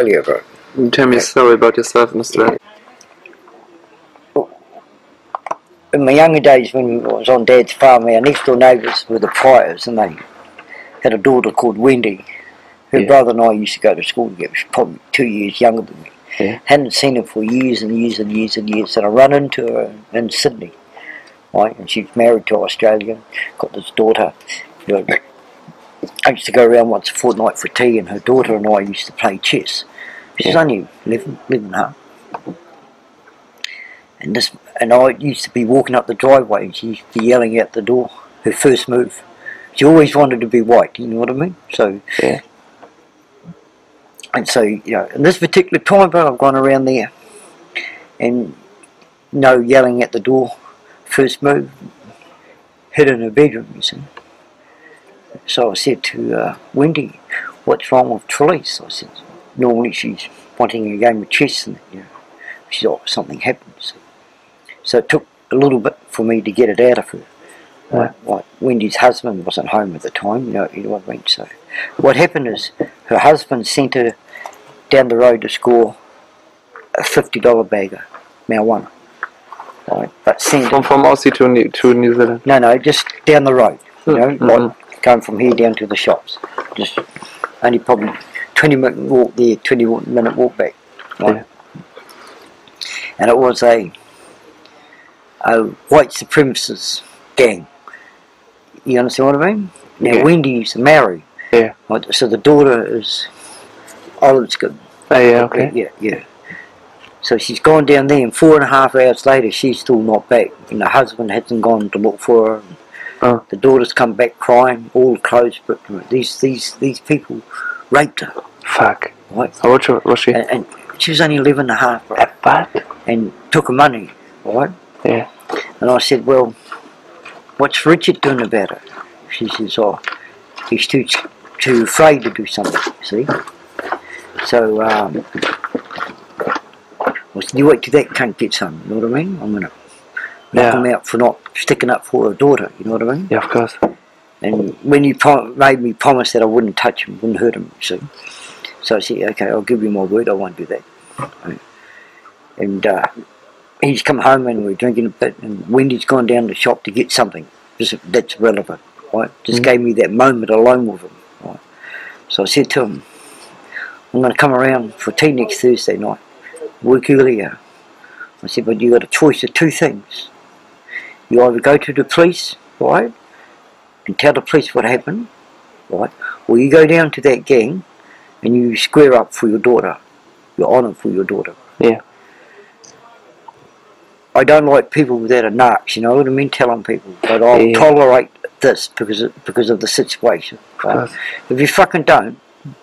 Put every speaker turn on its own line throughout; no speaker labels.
However,
Tell me a story about yourself in Australia.
in my younger days when I was on Dad's farm, our next door neighbours were the Pryors and they had a daughter called Wendy. Her
Yeah.
brother and I used to go to school together. She's probably two years younger than me.
Yeah.
Hadn't seen her for years and years and years and years. And I run into her in Sydney, right? And she's married to an Australian, got this daughter. But I used to go around once a fortnight for tea and her daughter and I used to play chess. She's
Yeah.
only 11, 11 and a half. And this, and I used to be walking up the driveway, and she used to be yelling out the door. Her first move. She always wanted to be white. You know what I mean? So
Yeah.
And so you know, in this particular time, but I've gone around there, and no yelling at the door. First move, hid in her bedroom. You see. So I said to uh, Wendy, "What's wrong with Trelise?" I said, "Normally she's wanting a game of chess, and you know, she thought something happened." So so it took a little bit for me to get it out of her. Like, like Wendy's husband wasn't home at the time, you know, you know what I mean? So what happened is her husband sent her down the road to score a fifty dollar bag of marijuana. Right. But sent
From from Aussie to New, to New Zealand.
no no, just down the road. You know,
Mhm.
like going from here down to the shops. Just only probably twenty minute walk there, twenty wa- minute walk back. Right? And it was a a white supremacist gang. You understand what I mean? Now
Yeah.
Wendy's a Maori.
Yeah.
Right, so the daughter is Olive's good.
Oh, yeah. Okay.
Yeah, yeah. So she's gone down there, and four and a half hours later, she's still not back. And the husband hasn't gone to look for her.
Oh.
The daughter's come back crying, all clothes ripped from her. These, these, these people raped her,
Fuck. Uh,
right?
How old she- was she?
And, and she was only 11 and a half, right?
What?
And took her money, right?
Yeah.
And I said, Well, what's Richard doing about it? She says, Oh, he's too too afraid to do something, see? So, um, I said, You wait till that cunt gets home, you know what I mean? I'm going to knock
Yeah.
him out for not sticking up for her daughter, you know what I mean?
Yeah, of course.
And when he prom- made me promise that I wouldn't touch him, wouldn't hurt him, you see. So I said, okay, I'll give you my word, I won't do that. And uh, he's come home and we're drinking a bit, and Wendy's gone down to the shop to get something just, that's relevant, right? Just
Mhm.
gave me that moment alone with him, right? So I said to him, I'm going to come around for tea next Thursday night, work earlier. I said, but you got a choice of two things. You either go to the police, right, and tell the police what happened, right? Or you go down to that gang and you square up for your daughter, your honour for your daughter.
Yeah.
I don't like people that are narcs, you know what I mean, telling people, but I'll
Yeah.
tolerate this because of, because of the situation. Right?
course.
If you fucking don't,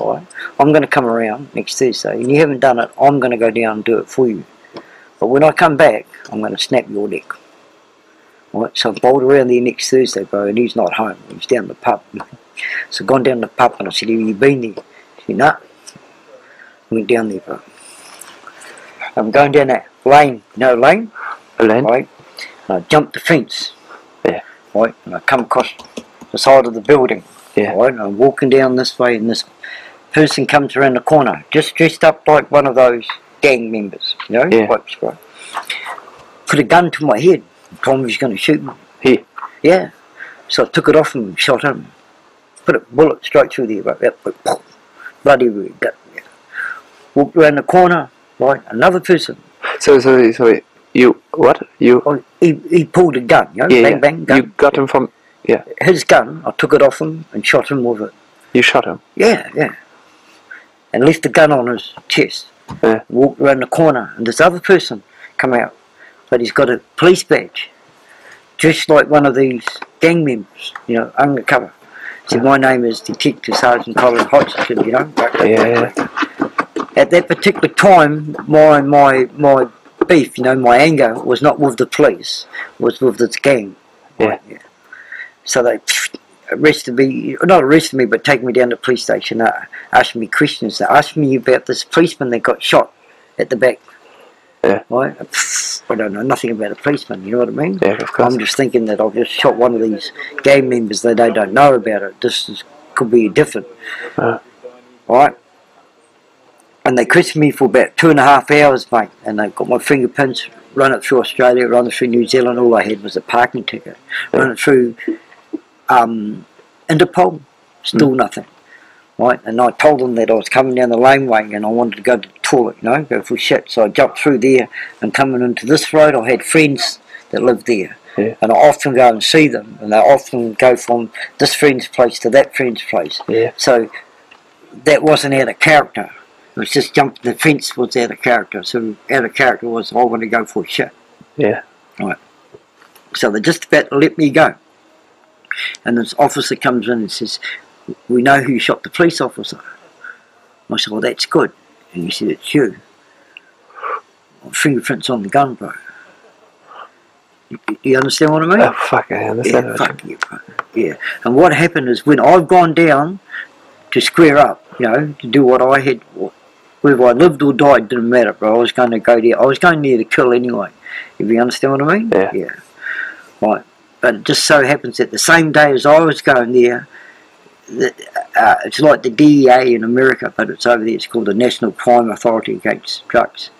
right, I'm going to come around next Thursday and you haven't done it, I'm going to go down and do it for you. But when I come back, I'm going to snap your neck. Right, so I bowled around there next Thursday, bro, and he's not home. He's down the pub. So I gone down the pub and I said, Have you been there? He said, No. Went down there, bro. I'm going down that lane, no lane,
Elaine?
right? And I jumped the fence.
Yeah.
Right, and I come across the side of the building.
Yeah.
Right, and I'm walking down this way and this person comes around the corner, just dressed up like one of those gang members, you know,
Yeah.
types, right? Put a gun to my head, told me he's gonna shoot me.
He?
Yeah. So I took it off and shot him. Put a bullet straight through there, right? That, but, poof, bloody red, gut, yeah. Walked around the corner, right? Another person.
So, so, so, you, what? You,
Oh, he, he pulled a gun, you know,
yeah,
bang,
yeah.
bang,
you
gun.
got him from,
His gun, I took it off him and shot him with it.
you shot him.
Yeah, yeah. And left the gun on his chest.
Yeah.
Walked around the corner, and this other person come out, but he's got a police badge, just like one of these gang members, you know, undercover. Said, my name is Detective Sergeant Colin Hodgson, you know.
Yeah, yeah.
At that particular time, my my my beef, you know, my anger was not with the police, was with this gang.
Yeah.
So they arrested me, not arrested me, but taken me down to the police station, uh, asked me questions. They asked me about this policeman that got shot at the back.
Yeah.
Right? I don't know nothing about a policeman, you know what I mean?
Yeah, of course.
I'm just thinking that I've just shot one of these gang members that they don't know about it. This is, could be different.
Yeah.
Right? and they questioned me for about two and a half hours, mate. And they got my fingerprints, run it through Australia, run it through New Zealand. All I had was a parking ticket. Run it through um, Interpol, still nothing. Right, and I told them that I was coming down the laneway and I wanted to go to the toilet, you know, go for a shit. So I jumped through there and coming into this road, I had friends that lived there.
Yeah.
And I often go and see them, and they often go from this friend's place to that friend's place.
Yeah.
So that wasn't out of character. It was just jumping the fence was out of character. So out of character was I want to go for a shit.
Yeah.
Right. So they just about let me go. And this officer comes in and says, We know who shot the police officer. I said, Well that's good. And he said, It's you. Fingerprints on the gun, bro. You, you understand what I mean?
Oh fuck! I understand.
Yeah,
what
fuck you, bro. Yeah. And what happened is when I've gone down to square up, you know, to do what I had, whether I lived or died didn't matter, bro. I was going to go there. I was going there to kill anyway. If you understand what I mean?
Yeah.
Yeah. Right. But it just so happens that the same day as I was going there, the, uh, it's like the DEA in America, but it's over there. It's called the National Crime Authority Against Drugs.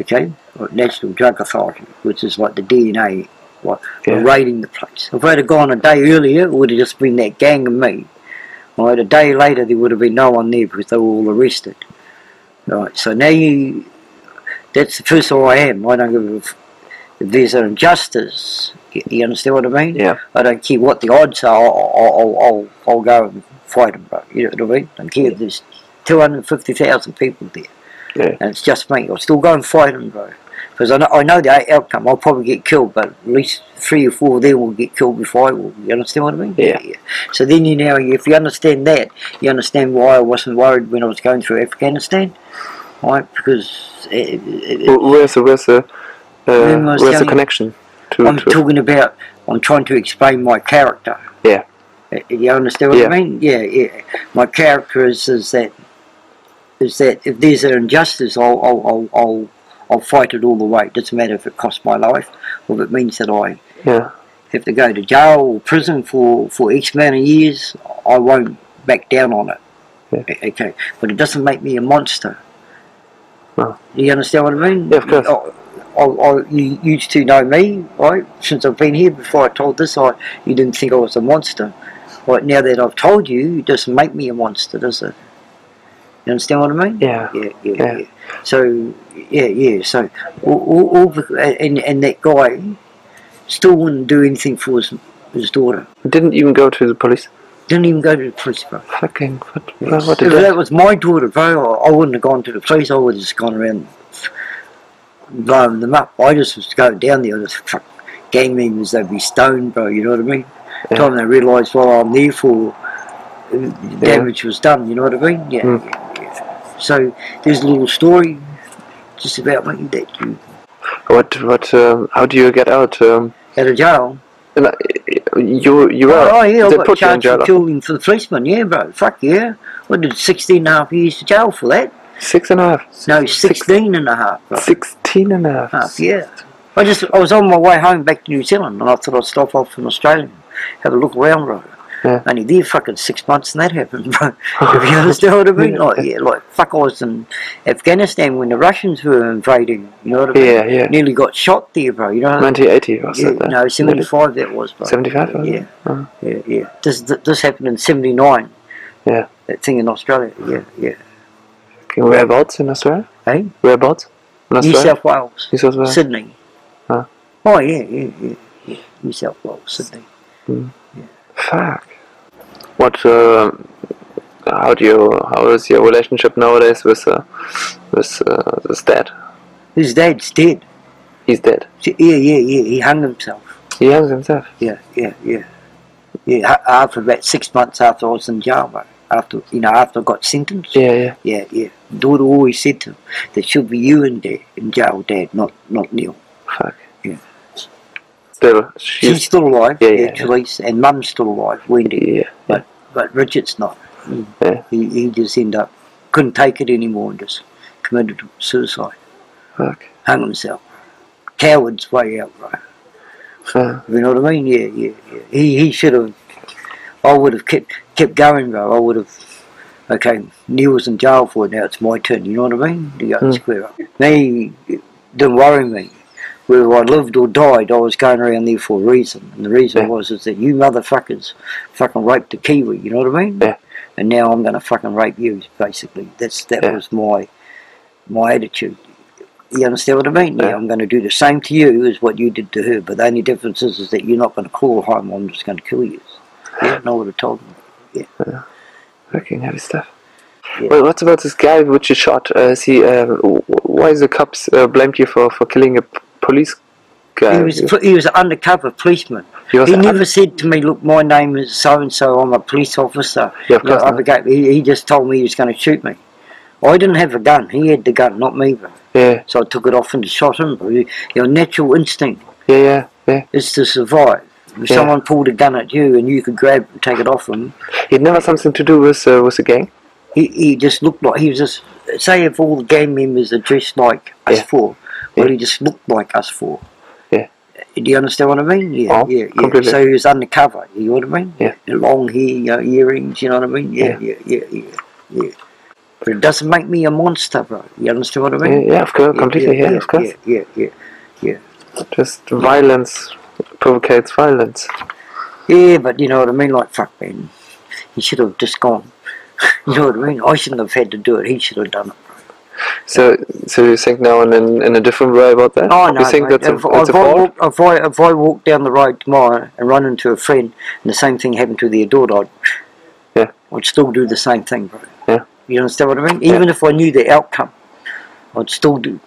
Okay, or National Drug Authority, which is like the DNA
Yeah.
were raiding the place. If they'd have gone a day earlier, it would have just been that gang and me. Right, a day later, there would have been no one there because they were all arrested. Right, so now you, that's the person I am. I don't give a, f- if there's an injustice, you, you understand what I mean?
Yeah.
I don't care what the odds are, I'll, I'll, I'll, I'll go and fight them, bro. You know what I mean? I don't care if there's 250,000 people there
Yeah.
and it's just me. I'll still go and fight them, bro. Because I know, I know the outcome. I'll probably get killed, but at least three or four of them will get killed before I will. You understand what I mean?
Yeah.
So then you know, if you understand that, you understand why I wasn't worried when I was going through Afghanistan, right? Because it, it, it-
Wh- Where's the where's the uh,
Then I
where's
was
the
telling-
connection to,
I'm
to
talking about, I'm trying to explain my character.
Yeah.
Uh, You understand what
Yeah.
I mean? Yeah, yeah. My character is, is that is that if there's an injustice, I'll I'll, I'll, I'll I'll fight it all the way. It doesn't matter if it costs my life or if it means that I
yeah
have to go to jail or prison for, for X amount of years. I won't back down on it. O- Okay, but it doesn't make me a monster.
No.
Do you understand what I mean?
Yeah, of course.
I, I, I, you used to know me, right? Since I've been here, before I told this, I you didn't think I was a monster. Right now that I've told you, it doesn't make me a monster, does it? You understand what I mean?
yeah
yeah, yeah,
Yeah.
yeah. So yeah, yeah. So all, all, all the, and and that guy still wouldn't do anything for his his daughter.
didn't even go to the police
Didn't even go to the police, bro.
fucking what, what, what
if
did
that was my daughter, bro, I, I wouldn't have gone to the police. I would have just gone around blowing them up. I just was going down there. Just fuck, gang members, they'd be stoned, bro. You know what I mean?
Yeah.
Time they realised what I'm there for, uh, damage was done. You know what I mean? Yeah.
Mm.
yeah, yeah. So there's a little story just about me that you
what what um, how do you get out um,
out of jail.
and, uh, you you are
oh yeah,
they
I got
put you in
charged
jail
for killing for the policeman. Yeah, bro. Fuck yeah. I did 16 and a half years to jail for that.
six and a half
No, 16 and a half, bro.
sixteen and a half
half, Ah, yeah. I just I was on my way home back to New Zealand and I thought I'd stop off in Australia and have a look around bro.
Yeah.
Only there fucking six months and that happened, bro. if you understand what I mean? Like yeah, like fuck I was in Afghanistan when the Russians were invading, you know what I mean?
yeah yeah
Nearly got shot there, bro, you know what I mean?
nineteen eighty was
Yeah,
it that
no, seventy five that was bro.
seventy five was
Yeah.
it Uh,
Yeah, yeah. This this happened in seventy nine.
Yeah.
That thing in Australia. Yeah, yeah.
okay, whereabouts in Australia
Hey?
whereabouts in
New
Australia
South Wales.
New South Wales
Sydney.
Huh?
Oh yeah, yeah, yeah, yeah. New South Wales, Sydney.
Fuck. What? Uh, how do you? How is your relationship nowadays with uh, with uh, this dad?
His dad's dead.
He's dead.
Yeah, yeah, yeah. He hung himself.
He hangs himself.
Yeah, yeah, yeah. Yeah, ha- after about six months after I was in jail, mate. After you know, after I got sentenced.
Yeah, yeah,
yeah. yeah. Daughter always said to him, "There should be you in there in jail, Dad, not not Neil."
fuck.
Yeah.
Still,
She's,
she's
still alive,
Yeah, yeah,
actually, and Mum's still alive, Wendy.
yeah,
But Richard's not.
Yeah.
He, he just ended up couldn't take it anymore and just committed suicide,
fuck.
hung himself. Coward's way out, right?
Uh,
You know what I mean? Yeah, yeah, yeah. He he should have. I would have kept kept going, bro. I would have. okay, Neil was in jail for it, now it's my turn, you know what I mean? To go and
Mm.
square up. Me, it didn't worry me. Whether I lived or died, I was going around there for a reason. And the reason
Yeah.
was is that you motherfuckers fucking raped the Kiwi, you know what I mean?
Yeah.
And now I'm going to fucking rape you, basically. That's That
Yeah.
was my my attitude. You understand what I mean? Yeah,
Yeah.
I'm going to do the same to you as what you did to her, but the only difference is, is that you're not going to call home, I'm just going to kill you. Yeah, and I would have told them.
Fucking heavy stuff.
Yeah.
Well, what's about this guy which you shot? Uh, is he, uh, w- why the cops uh, blamed you for, for killing a p- police guy?
He was, he was an undercover policeman.
He was
He
a-
never said to me, "Look, my name is so and so. I'm a police officer."
Yeah, of
You know,
course
I
not.
became, he, he just told me he was going to shoot me. I didn't have a gun. He had the gun, not me. bro.
yeah,
So I took it off and shot him. bro. You- Your natural instinct
yeah, yeah, yeah.
is to survive. If
Yeah.
someone pulled a gun at you and you could grab and take it off him,
He had never something to do with uh, with the gang.
he, he just looked like he was just. Say if all the gang members are dressed like us
Yeah.
four, well,
Yeah.
he just looked like us four.
Yeah.
Do you understand what I mean? Yeah,
Oh,
yeah, yeah.
completely.
So he was undercover. You know what I mean?
Yeah.
The long hair, you know, earrings. You know what I mean? Yeah, yeah, yeah, yeah, yeah. But it doesn't make me a monster, bro. You understand what I
Yeah,
mean?
yeah, of course, completely. Yeah, of course.
Yeah, yeah, yeah.
Just violence provocates violence.
Yeah, but you know what I mean? Like, fuck, man. He should have just gone. you know what I mean? I shouldn't have had to do it. He should have done it.
So, so you think now in, in, in a different way about that?
Oh no!
You think
mate.
that's a,
if,
that's
if
a
I
fault?
walk, if I if I walk down the road tomorrow and run into a friend, and the same thing happened to their daughter, I'd,
Yeah.
I'd still do the same thing, bro.
Yeah.
You understand what I mean? Even if I knew the outcome, I'd still do.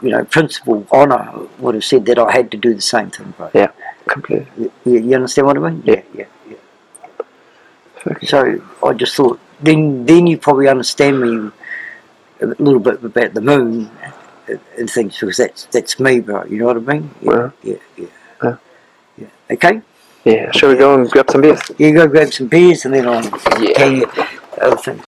You know, principle, honour would have said that I had to do the same thing, bro.
Yeah, completely.
You, you understand what I mean?
Yeah.
yeah, yeah.
Fucking-
So I just thought, then then you probably understand me a little bit about the moon and- and things because that's that's me, bro. You know what I mean?
Yeah.
yeah, yeah.
Yeah.
Yeah. Okay,
Yeah, shall we go and grab some beers?
you go grab some beers and then I'll
Yeah.
tell you other things.